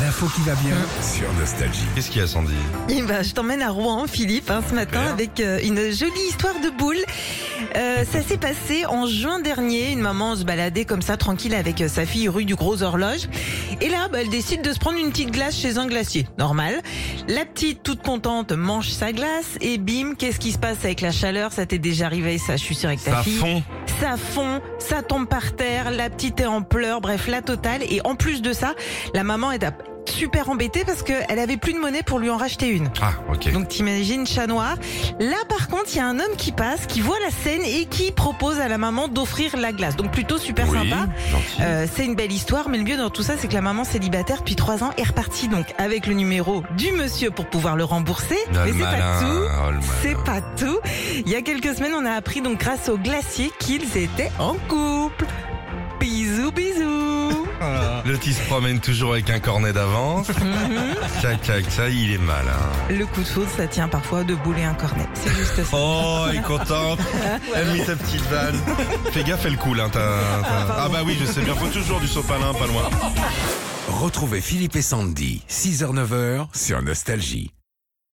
l'info qui va bien. Mmh. Sur Nostalgie. Qu'est-ce qu'il y a, Sandy Eh ben, je t'emmène à Rouen, Philippe, hein, ce matin, Super. avec euh, une jolie histoire de boule. Euh, ça s'est passé en juin dernier. Une maman se baladait comme ça, tranquille, avec euh, sa fille rue du Gros Horloge. Et là, bah, elle décide de se prendre une petite glace chez un glacier. Normal. La petite, toute contente, mange sa glace. Et bim, qu'est-ce qui se passe avec la chaleur Ça t'est déjà arrivé, ça, je suis sûre, avec ta Ça fille. fond. ça fond, ça tombe par terre, la petite est en pleurs, bref, la totale. Et en plus de ça, la maman est à- super embêtée parce qu'elle avait plus de monnaie pour lui en racheter une. Ah, ok. Donc t'imagines chat noir. Là par contre, il y a un homme qui passe, qui voit la scène et qui propose à la maman d'offrir la glace. Donc plutôt super oui, sympa. gentil. Euh, c'est une belle histoire, mais le mieux dans tout ça, c'est que la maman célibataire depuis trois ans est repartie donc avec le numéro du monsieur pour pouvoir le rembourser. Oh, mais le c'est pas malin, tout. oh, le malin. C'est pas tout. Il y a quelques semaines, on a appris donc grâce au glacier qu'ils étaient en couple. Bisous, bisous. Le petit se promène toujours avec un cornet d'avance. Mhm. Tac, tac, ça, il est hein. malin. Le coup de foudre, ça tient parfois de bouler un cornet. C'est juste ça. Oh, elle est contente. Elle a mis sa petite vanne. Fais gaffe, elle coule. Hein, t'as- t'as- Ah, bah oui, je sais bien. Faut toujours du sopalin, pas loin. Retrouvez Philippe et Sandy, 6h-9h, sur Nostalgie.